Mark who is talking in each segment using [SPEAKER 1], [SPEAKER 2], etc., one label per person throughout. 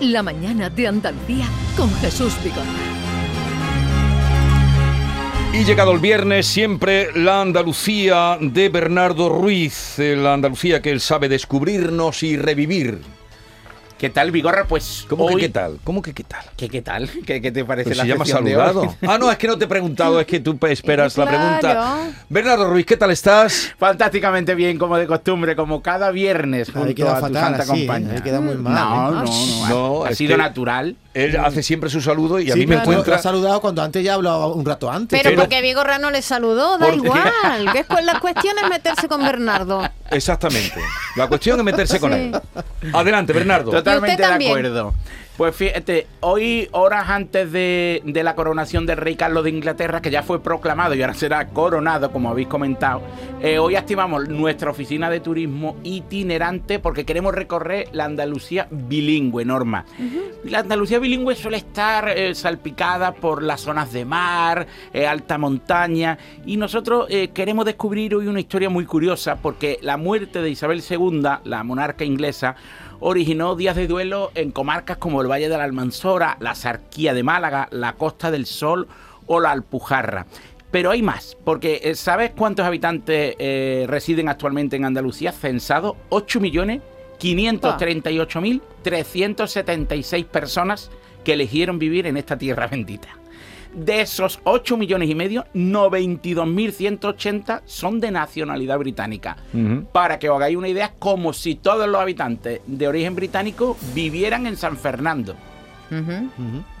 [SPEAKER 1] La mañana de Andalucía con Jesús Vigorra.
[SPEAKER 2] Y llegado el viernes, siempre la Andalucía de Bernardo Ruiz, eh, la Andalucía que él sabe descubrirnos y revivir.
[SPEAKER 3] ¿Qué tal, Vigorra? Pues
[SPEAKER 2] ¿Cómo
[SPEAKER 3] hoy-
[SPEAKER 2] que qué tal? ¿Cómo que qué tal?
[SPEAKER 4] Pues
[SPEAKER 3] ¿Qué, qué tal? ¿Qué, qué te parece
[SPEAKER 2] Pero
[SPEAKER 3] la
[SPEAKER 2] si ya me has
[SPEAKER 3] sección de
[SPEAKER 2] saludado.
[SPEAKER 3] hoy?
[SPEAKER 2] Ah, no, es que no te he preguntado, es que tú esperas la pregunta.
[SPEAKER 4] Claro.
[SPEAKER 2] Bernardo Ruiz, ¿qué tal estás?
[SPEAKER 3] Fantásticamente bien, como de costumbre, como cada viernes
[SPEAKER 5] Ah, le
[SPEAKER 3] junto
[SPEAKER 5] queda
[SPEAKER 3] a tu
[SPEAKER 5] fatal
[SPEAKER 3] santa
[SPEAKER 5] así, ¿eh?
[SPEAKER 3] compañía.
[SPEAKER 5] Le queda muy mal,
[SPEAKER 3] No,
[SPEAKER 5] ¿eh?
[SPEAKER 3] no, no. ha-
[SPEAKER 2] No,
[SPEAKER 3] ha
[SPEAKER 2] es
[SPEAKER 3] sido
[SPEAKER 2] que-
[SPEAKER 3] natural.
[SPEAKER 2] Él
[SPEAKER 4] Mm.
[SPEAKER 2] hace siempre su saludo y a
[SPEAKER 5] Sí,
[SPEAKER 2] mí me
[SPEAKER 5] pero Lo
[SPEAKER 2] encuentra...
[SPEAKER 5] ha saludado cuando antes ya hablaba un rato antes.
[SPEAKER 2] Pero-
[SPEAKER 4] Pero porque Vigorra no le saludó, da
[SPEAKER 2] Porque-
[SPEAKER 4] igual. Que es cu- la cuestión es meterse con Bernardo.
[SPEAKER 2] Exactamente. La cuestión es meterse con
[SPEAKER 4] Sí.
[SPEAKER 2] él. Adelante, Bernardo.
[SPEAKER 3] Totalmente de
[SPEAKER 4] también.
[SPEAKER 3] acuerdo. Pues fíjate, hoy, horas antes de, de la coronación del rey Carlos de Inglaterra, que ya fue proclamado y ahora será coronado, como habéis comentado, eh, hoy activamos nuestra oficina de turismo itinerante porque queremos recorrer la Andalucía bilingüe, Norma. La Andalucía bilingüe suele estar eh, salpicada por las zonas de mar, eh, alta montaña, y nosotros eh, queremos descubrir hoy una historia muy curiosa porque la muerte de Isabel II, la monarca inglesa, originó días de duelo en comarcas como el Valle de la Almanzora, la Sarquía de Málaga, la Costa del Sol o la Alpujarra. Pero hay más, porque eh, ¿sabes cuántos habitantes eh, residen actualmente en Andalucía? Censado 8.538.376 personas que eligieron vivir en esta tierra bendita. De esos 8 millones y medio, 92.180 son de nacionalidad británica
[SPEAKER 2] Ujú.
[SPEAKER 3] para que os hagáis una idea, es como si todos los habitantes de origen británico vivieran en San Fernando.
[SPEAKER 4] Ujú.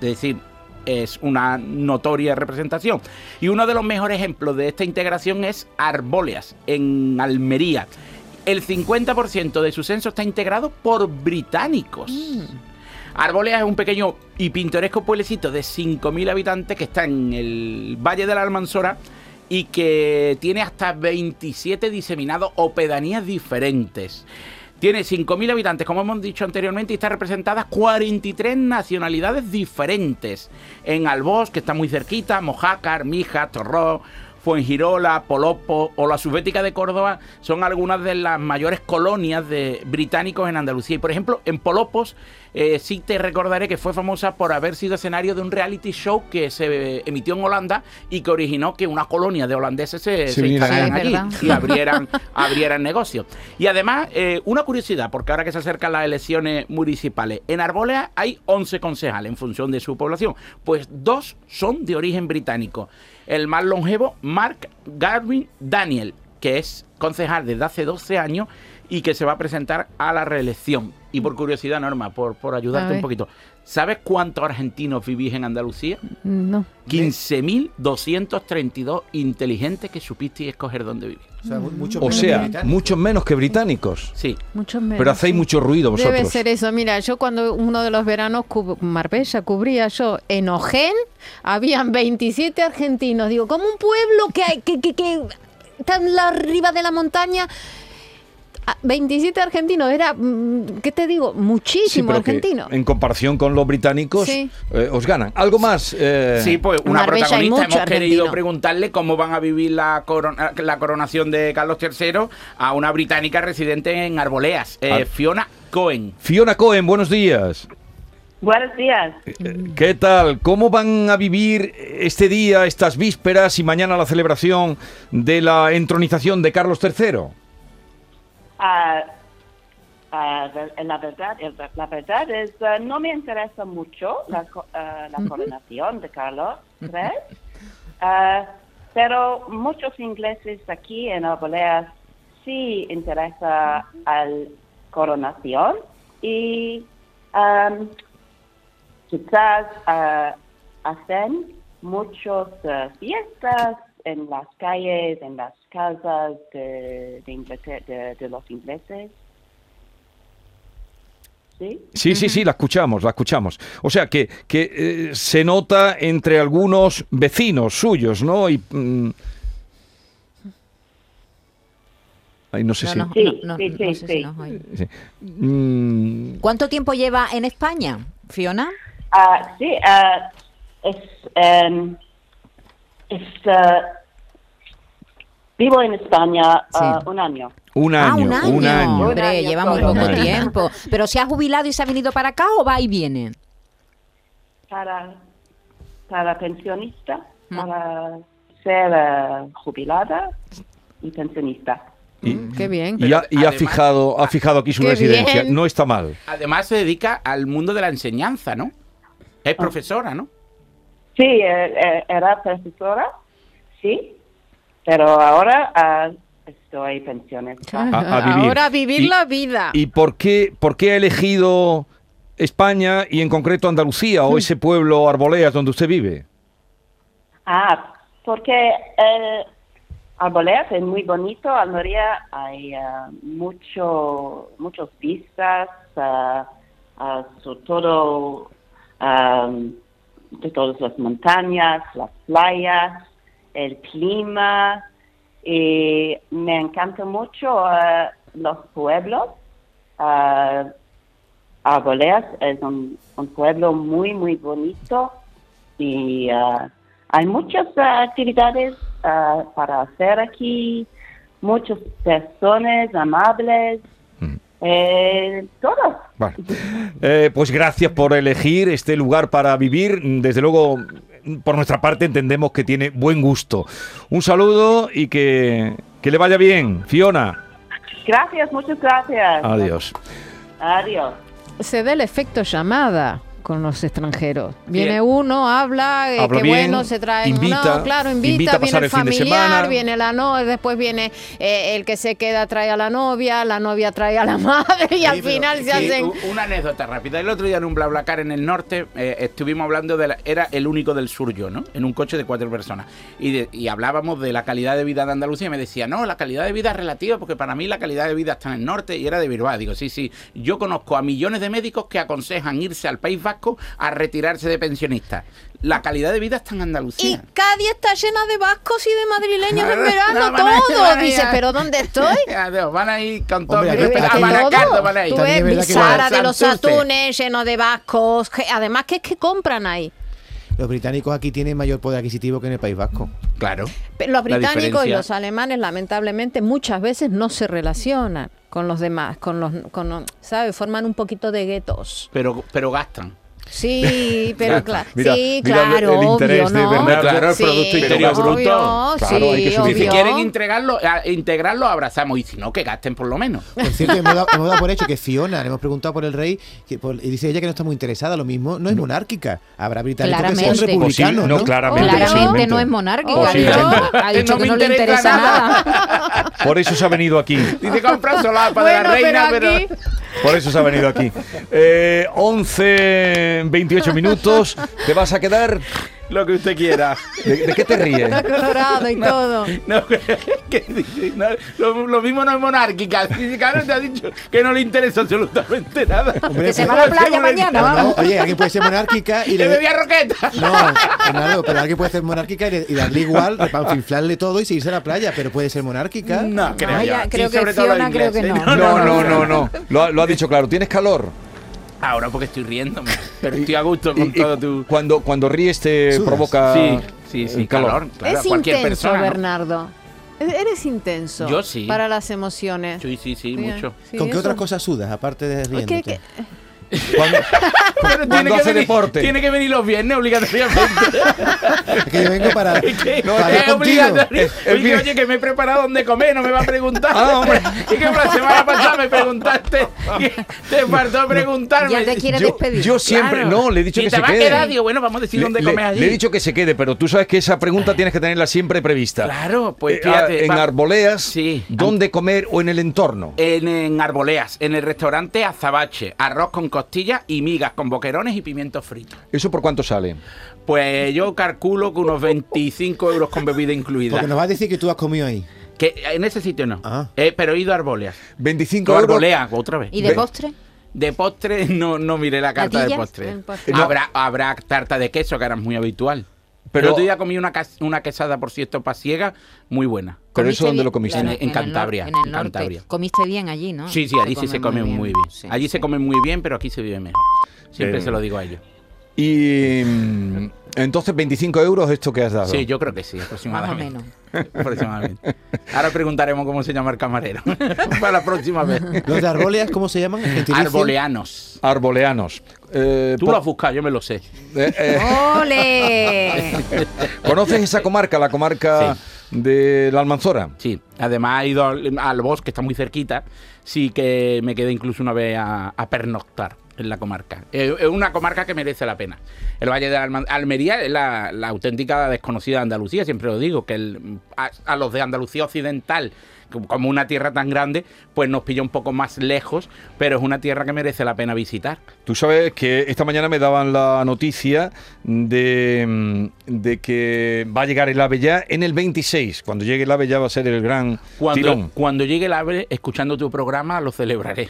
[SPEAKER 3] Es decir, es una notoria representación. Y uno de los mejores ejemplos de esta integración es Arbóleas, en Almería. El 50% de su censo está integrado por británicos. Arboleas es un pequeño y pintoresco pueblecito de 5.000 habitantes que está en el Valle de la Almanzora y que tiene hasta 27 diseminados o pedanías diferentes. Tiene 5.000 habitantes, como hemos dicho anteriormente, y está representadas 43 nacionalidades diferentes. En Albós, que está muy cerquita, Mojácar, Mija, Torró, Fuengirola, Polopo o la Subbética de Córdoba son algunas de las mayores colonias de británicos en Andalucía. Y por ejemplo, en Polopos eh, sí te recordaré que fue famosa por haber sido escenario de un reality show que se eh, emitió en Holanda y que originó que una colonia de holandeses se,
[SPEAKER 2] Sí,
[SPEAKER 3] se
[SPEAKER 2] vinieron.
[SPEAKER 3] instalaran
[SPEAKER 4] Sí,
[SPEAKER 3] allí
[SPEAKER 4] es verdad.
[SPEAKER 3] y abrieran, abrieran negocios. Y además, eh, una curiosidad, porque ahora que se acercan las elecciones municipales, en Arbolea hay 11 concejales en función de su población, pues dos son de origen británico. El más longevo, Mark Garvin Daniel, que es concejal desde hace 12 años y que se va a presentar a la reelección. Y por curiosidad, Norma, por, por
[SPEAKER 4] A
[SPEAKER 3] ayudarte
[SPEAKER 4] ver.
[SPEAKER 3] un poquito, ¿sabes cuántos argentinos vivís en Andalucía?
[SPEAKER 4] No.
[SPEAKER 3] 15.232 inteligentes que supisteis escoger dónde vivir.
[SPEAKER 5] O sea, mu- mucho
[SPEAKER 2] O
[SPEAKER 5] menos
[SPEAKER 2] sea,
[SPEAKER 5] británico.
[SPEAKER 2] muchos menos que británicos.
[SPEAKER 3] Sí.
[SPEAKER 4] Mucho menos.
[SPEAKER 2] Pero hacéis
[SPEAKER 4] sí.
[SPEAKER 2] mucho ruido vosotros.
[SPEAKER 4] Debe ser eso. Mira, yo cuando uno de los veranos cub- Marbella cubría yo en Ojén, habían 27 argentinos. Digo, como un pueblo que, hay- que, que, que está en la arriba de la montaña. Ah, 27 argentinos, era, mm, ¿qué te digo?
[SPEAKER 2] Sí,
[SPEAKER 4] Muchísimo
[SPEAKER 2] pero que
[SPEAKER 4] argentino.
[SPEAKER 2] en comparación con los británicos
[SPEAKER 4] Sí.
[SPEAKER 2] eh, os ganan. Algo más. eh,
[SPEAKER 3] Sí, pues una
[SPEAKER 4] Marbella hay
[SPEAKER 3] protagonista
[SPEAKER 4] mucho
[SPEAKER 3] hemos querido
[SPEAKER 4] argentino.
[SPEAKER 3] preguntarle cómo van a vivir la, corona- la coronación de Carlos III a una británica residente en Arboleas, eh,
[SPEAKER 2] Al-
[SPEAKER 3] Fiona Cohen.
[SPEAKER 2] Fiona Cohen, buenos días.
[SPEAKER 6] Buenos días.
[SPEAKER 7] Mm.
[SPEAKER 2] Eh, ¿Qué tal? ¿Cómo van a vivir este día, estas vísperas y mañana la celebración de la entronización de Carlos III?
[SPEAKER 6] Ah, ah, la, verdad, la verdad es, ah, no me interesa mucho la, co- ah, la coronación de Carlos III, ah, pero muchos ingleses aquí en Arboleas sí interesa al coronación y am, quizás ah, hacen muchas eh, fiestas en las calles, en las casas de, de, Inglater- de- de los ingleses. ¿Sí?
[SPEAKER 2] Sí, sí, sí, la escuchamos, la escuchamos. O sea, que, que eh, se nota entre algunos vecinos suyos, ¿no? Y, mm, Ay, no sé
[SPEAKER 7] No,
[SPEAKER 2] si...
[SPEAKER 7] no,
[SPEAKER 6] Sí,
[SPEAKER 7] no, no,
[SPEAKER 6] sí,
[SPEAKER 7] no
[SPEAKER 6] sí,
[SPEAKER 7] sé
[SPEAKER 6] sí.
[SPEAKER 7] si nos oye.
[SPEAKER 2] sí. Mm,
[SPEAKER 7] ¿Cuánto tiempo lleva en España, Fiona?
[SPEAKER 6] Ah, sí, ah, es, em, es, ah, Vivo en España
[SPEAKER 7] Sí.
[SPEAKER 6] ah, un año.
[SPEAKER 2] Un
[SPEAKER 7] Ah,
[SPEAKER 2] año,
[SPEAKER 7] un año.
[SPEAKER 2] un año.
[SPEAKER 7] Hombre,
[SPEAKER 6] Un año
[SPEAKER 7] lleva muy
[SPEAKER 6] solo.
[SPEAKER 7] poco
[SPEAKER 2] Un año.
[SPEAKER 7] tiempo. Pero se ha jubilado y se ha venido para acá o va y viene.
[SPEAKER 6] para, para pensionista, para ser eh, jubilada y pensionista.
[SPEAKER 2] Y,
[SPEAKER 4] Mm, Qué bien. ah,
[SPEAKER 2] y ha, y ha
[SPEAKER 3] Además-
[SPEAKER 2] fijado, ha fijado aquí su
[SPEAKER 4] Qué
[SPEAKER 2] residencia.
[SPEAKER 4] bien.
[SPEAKER 2] No está mal.
[SPEAKER 3] Además se dedica al mundo de la enseñanza, ¿no? Es
[SPEAKER 4] Ah.
[SPEAKER 3] profesora, ¿no?
[SPEAKER 6] Sí, eh, eh, era profesora, sí, pero ahora ah, estoy pensionista.
[SPEAKER 4] Ah,
[SPEAKER 2] A- a vivir.
[SPEAKER 4] Ahora a vivir
[SPEAKER 2] Y-
[SPEAKER 4] la vida.
[SPEAKER 2] ¿Y por qué, por qué ha elegido España y en concreto Andalucía
[SPEAKER 4] Mm.
[SPEAKER 2] o ese pueblo Arboleas donde usted vive?
[SPEAKER 6] Ah, porque eh, Arboleas es muy bonito, Almería hay eh, mucho, muchos vistas, ah, ah, sobre todo ah, de todas las montañas, las playas, el clima, y me encanta mucho ah, los pueblos. ah, Arboleas es un, un pueblo muy, muy bonito y ah, hay muchas ah, actividades ah, para hacer aquí, muchas personas amables, eh, todas.
[SPEAKER 2] Vale. Mm. Eh, pues gracias por elegir este lugar para vivir. Desde luego, por nuestra parte, entendemos que tiene buen gusto. Un saludo y que, que le vaya bien. Fiona,
[SPEAKER 6] Gracias, muchas gracias.
[SPEAKER 2] adiós.
[SPEAKER 6] Adiós.
[SPEAKER 4] Se da el efecto llamada con los extranjeros. Viene
[SPEAKER 3] Bien.
[SPEAKER 4] uno, habla, eh,
[SPEAKER 2] Habla
[SPEAKER 4] qué
[SPEAKER 2] bien,
[SPEAKER 4] bueno, se trae.
[SPEAKER 2] invita,
[SPEAKER 4] no, claro, invita,
[SPEAKER 2] invita a pasar
[SPEAKER 4] viene
[SPEAKER 2] el fin de
[SPEAKER 4] familiar,
[SPEAKER 2] semana.
[SPEAKER 4] viene la novia, después viene eh, el que se queda, trae a la novia, la novia trae a la madre y al
[SPEAKER 5] pero
[SPEAKER 4] final se
[SPEAKER 3] Sí,
[SPEAKER 4] hacen.
[SPEAKER 3] u- una anécdota rápida. El otro día en un BlaBlaCar en el norte eh, estuvimos hablando de la, era el único del sur yo, ¿no? En un coche de cuatro personas y, de- y hablábamos de la calidad de vida de Andalucía y me decía no la calidad de vida es relativa porque para mí la calidad de vida está en el norte y era de Bilbao. Digo sí sí yo conozco a millones de médicos que aconsejan irse al País Vasco a retirarse de pensionistas. La calidad de vida está en
[SPEAKER 4] Y
[SPEAKER 3] Andalucía.
[SPEAKER 4] Cádiz está llena de vascos y de madrileños en
[SPEAKER 3] No,
[SPEAKER 4] verano,
[SPEAKER 3] van a-
[SPEAKER 4] todo.
[SPEAKER 3] van a-
[SPEAKER 4] Dice, ¿pero dónde estoy?
[SPEAKER 3] Adiós, van a ir con todo
[SPEAKER 5] Hombre,
[SPEAKER 3] mi
[SPEAKER 5] pero
[SPEAKER 3] respeto.
[SPEAKER 5] es
[SPEAKER 3] A
[SPEAKER 5] que
[SPEAKER 3] Manacardo
[SPEAKER 4] todo.
[SPEAKER 3] van a ir.
[SPEAKER 4] Tú
[SPEAKER 5] También
[SPEAKER 4] ves
[SPEAKER 5] es verdad que
[SPEAKER 4] Sara
[SPEAKER 3] vale.
[SPEAKER 4] de los
[SPEAKER 3] Santurce.
[SPEAKER 4] atunes, lleno de vascos. que- Además, que es que compran ahí?
[SPEAKER 5] Los británicos aquí tienen mayor poder adquisitivo que en el País Vasco.
[SPEAKER 3] Claro.
[SPEAKER 4] Pe- Los
[SPEAKER 3] La
[SPEAKER 4] británicos y
[SPEAKER 3] diferencia-
[SPEAKER 4] los alemanes, lamentablemente, muchas veces no se relacionan con los demás, con los, con, los- ¿sabes? Forman un poquito de guetos.
[SPEAKER 3] Pero, pero gastan.
[SPEAKER 4] Sí, pero
[SPEAKER 2] Claro,
[SPEAKER 4] claro,
[SPEAKER 2] mira,
[SPEAKER 4] sí,
[SPEAKER 2] mira el-
[SPEAKER 4] claro,
[SPEAKER 2] el interés
[SPEAKER 4] obvio,
[SPEAKER 2] de
[SPEAKER 4] ¿no?
[SPEAKER 2] Bernardo,
[SPEAKER 3] claro, el
[SPEAKER 4] Sí,
[SPEAKER 3] Producto Interior
[SPEAKER 4] obvio,
[SPEAKER 3] Bruto.
[SPEAKER 2] Claro, hay que
[SPEAKER 4] sí,
[SPEAKER 2] subir.
[SPEAKER 3] Si
[SPEAKER 4] obvio.
[SPEAKER 3] quieren integrarlo, a- integrarlo, abrazamos. Y si no, que gasten por lo menos.
[SPEAKER 5] Por cierto, hemos dado, hemos dado por hecho que Fiona, le hemos preguntado por el rey, que por- y dice ella que no está muy interesada, lo mismo, no es monárquica. Habrá británicos que
[SPEAKER 7] Claramente.
[SPEAKER 5] sean republicanos,
[SPEAKER 2] Posible-
[SPEAKER 5] ¿no?
[SPEAKER 2] no, claramente.
[SPEAKER 7] Claramente
[SPEAKER 2] posiblemente.
[SPEAKER 7] no es monárquico.
[SPEAKER 2] Posiblemente.
[SPEAKER 7] Ha dicho
[SPEAKER 3] No
[SPEAKER 7] que
[SPEAKER 3] me
[SPEAKER 7] no le
[SPEAKER 3] interesa
[SPEAKER 7] interesa
[SPEAKER 3] nada.
[SPEAKER 7] nada.
[SPEAKER 2] Por eso se ha venido aquí.
[SPEAKER 3] Dice compra solapa de
[SPEAKER 4] Bueno,
[SPEAKER 3] la reina, pero.
[SPEAKER 4] pero aquí...
[SPEAKER 2] Por eso se ha venido aquí. Eh, 11, 28 minutos. ¿Te vas a quedar? Ah,
[SPEAKER 3] Lo que usted quiera.
[SPEAKER 2] ¿De, de qué te ríes?
[SPEAKER 4] Está colorado y todo.
[SPEAKER 3] No, que dice, no, lo, lo mismo no es monárquica. Dice, claro, te ha dicho que no le interesa absolutamente nada.
[SPEAKER 5] Hombre,
[SPEAKER 7] Que se
[SPEAKER 5] pues-
[SPEAKER 7] va a la playa mañana,
[SPEAKER 5] No, no,
[SPEAKER 7] vamos.
[SPEAKER 5] oye, alguien puede ser monárquica y
[SPEAKER 3] Y
[SPEAKER 5] le...
[SPEAKER 3] le bebía roqueta.
[SPEAKER 5] No, Bernardo, pero alguien puede ser monárquica y, le- y darle igual, inflarle todo y seguirse a la playa, pero puede ser monárquica.
[SPEAKER 3] No, creo,
[SPEAKER 7] No,
[SPEAKER 3] ya.
[SPEAKER 7] ya, creo
[SPEAKER 3] Y
[SPEAKER 7] que
[SPEAKER 3] sobre todo los
[SPEAKER 7] Fiona, creo que
[SPEAKER 3] ingleses.
[SPEAKER 7] no.
[SPEAKER 2] No, no, no, no. Lo, ha- lo ha dicho claro. ¿Tienes calor?
[SPEAKER 3] Ahora porque estoy riéndome. Pero estoy a gusto
[SPEAKER 2] Y-
[SPEAKER 3] con
[SPEAKER 2] y
[SPEAKER 3] todo tu.
[SPEAKER 2] cuando, cuando ríes te
[SPEAKER 5] Sudas.
[SPEAKER 2] provoca
[SPEAKER 3] Sí, sí, sí,
[SPEAKER 2] el calor.
[SPEAKER 3] calor. claro, a
[SPEAKER 4] es
[SPEAKER 3] cualquier
[SPEAKER 4] intenso,
[SPEAKER 3] persona, ¿no?
[SPEAKER 4] Bernardo. E- Eres intenso.
[SPEAKER 3] Yo sí.
[SPEAKER 4] Para las emociones.
[SPEAKER 3] Sí, sí, sí, mucho.
[SPEAKER 5] ¿Con qué otras
[SPEAKER 4] otras
[SPEAKER 5] cosas sudas, aparte de
[SPEAKER 4] Oye,
[SPEAKER 5] riéndote?
[SPEAKER 4] que-
[SPEAKER 2] Cuando-
[SPEAKER 3] Pero
[SPEAKER 2] Cuando hace
[SPEAKER 3] venir,
[SPEAKER 2] deporte.
[SPEAKER 3] Tiene que venir los viernes obligatoriamente.
[SPEAKER 5] Es que yo vengo para,
[SPEAKER 3] que
[SPEAKER 5] para hablar
[SPEAKER 3] es
[SPEAKER 5] contigo.
[SPEAKER 3] obligatorio.
[SPEAKER 2] Es- es
[SPEAKER 3] Oye,
[SPEAKER 2] bien.
[SPEAKER 3] oye, que me he preparado donde comer, no me va a preguntar.
[SPEAKER 2] Ah, hombre.
[SPEAKER 3] Y que la semana pasada me preguntaste. que te faltó preguntarme.
[SPEAKER 7] Ya te quiere
[SPEAKER 2] yo,
[SPEAKER 7] despedir.
[SPEAKER 2] yo siempre,
[SPEAKER 3] Claro.
[SPEAKER 2] no, le he dicho
[SPEAKER 3] Y
[SPEAKER 2] que
[SPEAKER 3] te
[SPEAKER 2] se
[SPEAKER 3] va a
[SPEAKER 2] quede.
[SPEAKER 3] quedar, digo, bueno, vamos a decir
[SPEAKER 2] Le-
[SPEAKER 3] dónde
[SPEAKER 2] le-
[SPEAKER 3] comes allí.
[SPEAKER 2] Le he dicho que se quede, pero tú sabes que esa pregunta tienes que tenerla siempre prevista.
[SPEAKER 3] Claro, pues
[SPEAKER 2] Eh, ah,
[SPEAKER 3] fíjate.
[SPEAKER 2] en
[SPEAKER 3] va-
[SPEAKER 2] arboleas,
[SPEAKER 3] Sí.
[SPEAKER 2] ¿dónde comer o en el entorno?
[SPEAKER 3] En, en Arboleas, en el restaurante Azabache, arroz con costillas y migas con boquerones y pimientos fritos.
[SPEAKER 2] ¿Eso por cuánto sale?
[SPEAKER 3] Pues yo calculo que unos 25 euros con bebida incluida.
[SPEAKER 5] Porque nos vas a decir que tú has comido ahí.
[SPEAKER 3] Que eh, en ese sitio no.
[SPEAKER 5] Ah.
[SPEAKER 3] Eh, pero he ido a Arboleas.
[SPEAKER 2] 25
[SPEAKER 3] No,
[SPEAKER 2] euros.
[SPEAKER 3] Arboleas, otra vez.
[SPEAKER 7] ¿Y de postre?
[SPEAKER 3] De postre no, no miré la carta de
[SPEAKER 7] ¿Natillas?
[SPEAKER 3] postre.
[SPEAKER 4] El postre.
[SPEAKER 2] No.
[SPEAKER 3] Habrá, habrá tarta de queso, que ahora es muy habitual.
[SPEAKER 2] Pero-
[SPEAKER 3] Pero el otro día comí una, cas- una quesada, por cierto, pasiega, muy buena.
[SPEAKER 2] Pero eso,
[SPEAKER 7] ¿Comiste
[SPEAKER 2] ¿dónde lo
[SPEAKER 7] bien?
[SPEAKER 2] comiste?
[SPEAKER 3] En-
[SPEAKER 7] Claro,
[SPEAKER 3] en
[SPEAKER 7] el
[SPEAKER 3] Cantabria,
[SPEAKER 7] nor- En
[SPEAKER 3] en
[SPEAKER 7] el norte.
[SPEAKER 3] Cantabria.
[SPEAKER 7] Comiste bien allí, ¿no? Pues
[SPEAKER 3] Sí, sí, allí sí se come muy bien.
[SPEAKER 7] Sí,
[SPEAKER 3] allí
[SPEAKER 7] sí.
[SPEAKER 3] se come muy bien, pero aquí se vive mejor. Siempre
[SPEAKER 2] Eh.
[SPEAKER 3] se lo digo a ellos.
[SPEAKER 2] Y, mm, Entonces, 25 euros esto que has dado.
[SPEAKER 3] Sí, yo creo que sí,
[SPEAKER 7] Más o
[SPEAKER 3] aproximadamente.
[SPEAKER 7] menos.
[SPEAKER 3] Aproximadamente. Ahora preguntaremos cómo se llama el camarero. Para la próxima vez.
[SPEAKER 5] ¿Los de arboleas cómo se llaman? Gentilicio.
[SPEAKER 3] Arboleanos.
[SPEAKER 2] Arboleanos. Eh,
[SPEAKER 3] Tú
[SPEAKER 2] po-
[SPEAKER 3] lo has buscado, yo me lo sé.
[SPEAKER 2] eh, eh,
[SPEAKER 7] ¡Ole!
[SPEAKER 2] ¿Conoces esa comarca, la comarca de la Almanzora?
[SPEAKER 3] Sí, además he ido al, al bosque, está muy cerquita. Sí que me quedé incluso una vez a, a pernoctar en la comarca. Eh, Es una comarca que merece la pena. El Valle de la Alma- Almería es la, la auténtica desconocida de Andalucía, siempre lo digo, que el- a, a los de Andalucía Occidental, como- como una tierra tan grande, pues nos pilla un poco más lejos, pero es una tierra que merece la pena visitar.
[SPEAKER 2] Tú sabes que esta mañana me daban la noticia de, mm, de que va a llegar el ave ya en el 26. Cuando llegue el ave ya va a ser el gran
[SPEAKER 3] Cuando,
[SPEAKER 2] tirón.
[SPEAKER 3] cuando llegue el ave, escuchando tu programa, lo celebraré.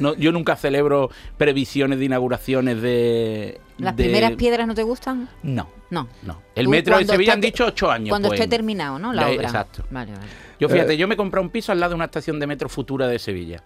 [SPEAKER 3] No, yo nunca celebro previsiones de inauguraciones de...
[SPEAKER 7] ¿Las
[SPEAKER 3] de-
[SPEAKER 7] primeras piedras no te gustan?
[SPEAKER 3] No,
[SPEAKER 7] No.
[SPEAKER 3] no. El
[SPEAKER 7] Tú
[SPEAKER 3] metro de
[SPEAKER 7] cuando
[SPEAKER 3] Sevilla
[SPEAKER 7] esté-
[SPEAKER 3] han dicho ocho años.
[SPEAKER 7] Cuando
[SPEAKER 3] pues.
[SPEAKER 7] esté terminado, ¿no? La
[SPEAKER 3] Ya,
[SPEAKER 7] obra.
[SPEAKER 3] exacto.
[SPEAKER 7] Vale, vale.
[SPEAKER 3] Yo fíjate, yo me compré un piso al lado de una estación de metro futura de Sevilla.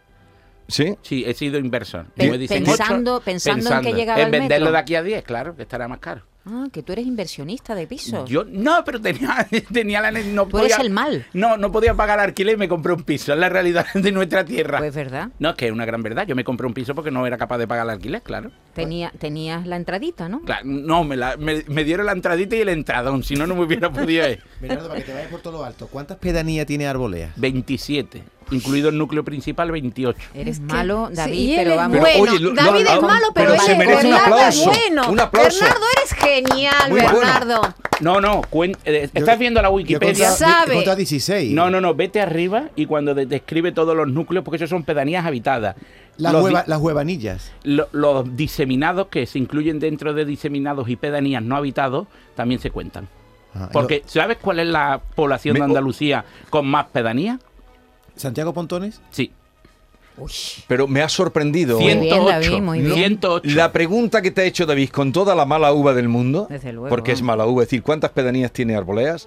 [SPEAKER 2] ¿Sí?
[SPEAKER 3] Sí, he sido inversor.
[SPEAKER 7] Pe-
[SPEAKER 3] Yo me dicen
[SPEAKER 7] pensando-
[SPEAKER 3] ocho,
[SPEAKER 7] pensando en que llegaba
[SPEAKER 3] En
[SPEAKER 7] el
[SPEAKER 3] venderlo
[SPEAKER 7] metro.
[SPEAKER 3] de aquí a 10, claro, que estará más caro.
[SPEAKER 7] Ah, que tú eres inversionista de pisos.
[SPEAKER 3] Yo no, pero tenía, tenía la ne- no
[SPEAKER 7] Tú eres el mal.
[SPEAKER 3] No, no podía pagar alquiler y me compré un piso. Es la realidad de nuestra tierra.
[SPEAKER 7] Pues verdad.
[SPEAKER 3] no, es que es una gran verdad. Yo me compré un piso porque no era capaz de pagar el alquiler, claro.
[SPEAKER 7] Tenía, tenías la entradita, ¿no?
[SPEAKER 3] Claro, no, me, la- me- me dieron la entradita y el entradón, si no, no me hubiera podido ir.
[SPEAKER 5] Bernardo, para que te vayas por todo lo alto, ¿cuántas pedanías tiene arboleas?
[SPEAKER 3] 27, incluido el núcleo principal, 28.
[SPEAKER 7] Eres
[SPEAKER 4] Es que-
[SPEAKER 7] malo,
[SPEAKER 4] sí,
[SPEAKER 7] David,
[SPEAKER 4] y él
[SPEAKER 7] pero
[SPEAKER 4] es
[SPEAKER 7] vamos.
[SPEAKER 2] Pero,
[SPEAKER 4] bueno.
[SPEAKER 2] oye, lo- lo-
[SPEAKER 4] David
[SPEAKER 2] lo-
[SPEAKER 4] es malo, pero,
[SPEAKER 2] pero
[SPEAKER 4] él
[SPEAKER 2] se
[SPEAKER 4] es
[SPEAKER 2] merece un
[SPEAKER 4] Bernardo es
[SPEAKER 2] aplauso,
[SPEAKER 4] bueno.
[SPEAKER 2] un aplauso.
[SPEAKER 4] Bernardo, eres genial,
[SPEAKER 2] Muy bueno.
[SPEAKER 4] Bernardo.
[SPEAKER 3] No, no, cuen- eh, estás viendo la
[SPEAKER 5] Yo he
[SPEAKER 3] Wikipedia.
[SPEAKER 5] contado-
[SPEAKER 4] Sabe.
[SPEAKER 5] he contado 16.
[SPEAKER 3] No, no, no, vete arriba y cuando de- describe todos los núcleos, porque esos son pedanías habitadas.
[SPEAKER 5] Las,
[SPEAKER 3] los, di-
[SPEAKER 5] hueva- las huevanillas.
[SPEAKER 3] lo- los diseminados que se incluyen dentro de diseminados y pedanías no habitados también se cuentan.
[SPEAKER 5] Ajá, y
[SPEAKER 3] Porque, ¿sabes cuál es la población
[SPEAKER 2] Me-
[SPEAKER 3] de Andalucía con más pedanías?
[SPEAKER 5] lo- ¿Santiago Pontones?
[SPEAKER 3] Sí,
[SPEAKER 7] Uy,
[SPEAKER 2] Pero me ha sorprendido.
[SPEAKER 7] Muy bien,
[SPEAKER 3] 108.
[SPEAKER 7] David, muy bien.
[SPEAKER 3] 108.
[SPEAKER 2] La pregunta que te ha hecho David con toda la mala uva del mundo,
[SPEAKER 7] Desde luego.
[SPEAKER 2] porque es mala uva, es decir, ¿cuántas pedanías tiene Arboleas?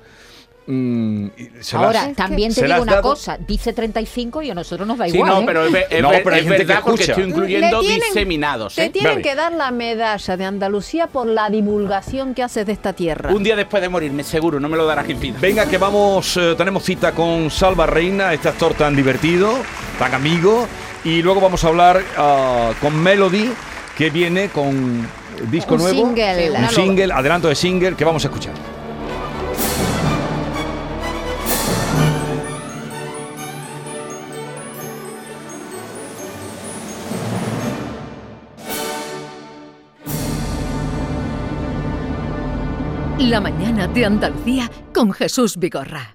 [SPEAKER 2] Mm, y se las-
[SPEAKER 7] Ahora, también
[SPEAKER 2] ¿Se
[SPEAKER 7] te
[SPEAKER 2] la
[SPEAKER 7] digo
[SPEAKER 2] has
[SPEAKER 7] una
[SPEAKER 2] dado?
[SPEAKER 7] cosa. Dice 35 y a nosotros nos da
[SPEAKER 3] Sí,
[SPEAKER 7] igual.
[SPEAKER 3] no,
[SPEAKER 7] ¿eh?
[SPEAKER 3] pero es, ve- es
[SPEAKER 2] No,
[SPEAKER 3] ve-
[SPEAKER 2] pero hay
[SPEAKER 3] es
[SPEAKER 2] gente que
[SPEAKER 3] verdad porque
[SPEAKER 2] escucha.
[SPEAKER 3] estoy incluyendo
[SPEAKER 4] Le tienen-
[SPEAKER 3] diseminados.
[SPEAKER 4] Te
[SPEAKER 3] ¿eh?
[SPEAKER 4] tienen
[SPEAKER 2] Vale.
[SPEAKER 4] que dar la medalla de Andalucía por la divulgación que haces de esta tierra.
[SPEAKER 3] Un día después de morirme, seguro, no me lo darás en vida.
[SPEAKER 2] Venga, que vamos, eh, tenemos cita con Salva Reina, este actor tan divertido, tan amigo, y luego vamos a hablar ah, con Melody, que viene con el disco
[SPEAKER 4] Un
[SPEAKER 2] nuevo,
[SPEAKER 4] single.
[SPEAKER 2] un single, adelanto de single que vamos a escuchar.
[SPEAKER 1] La mañana de Andalucía con Jesús Vigorra.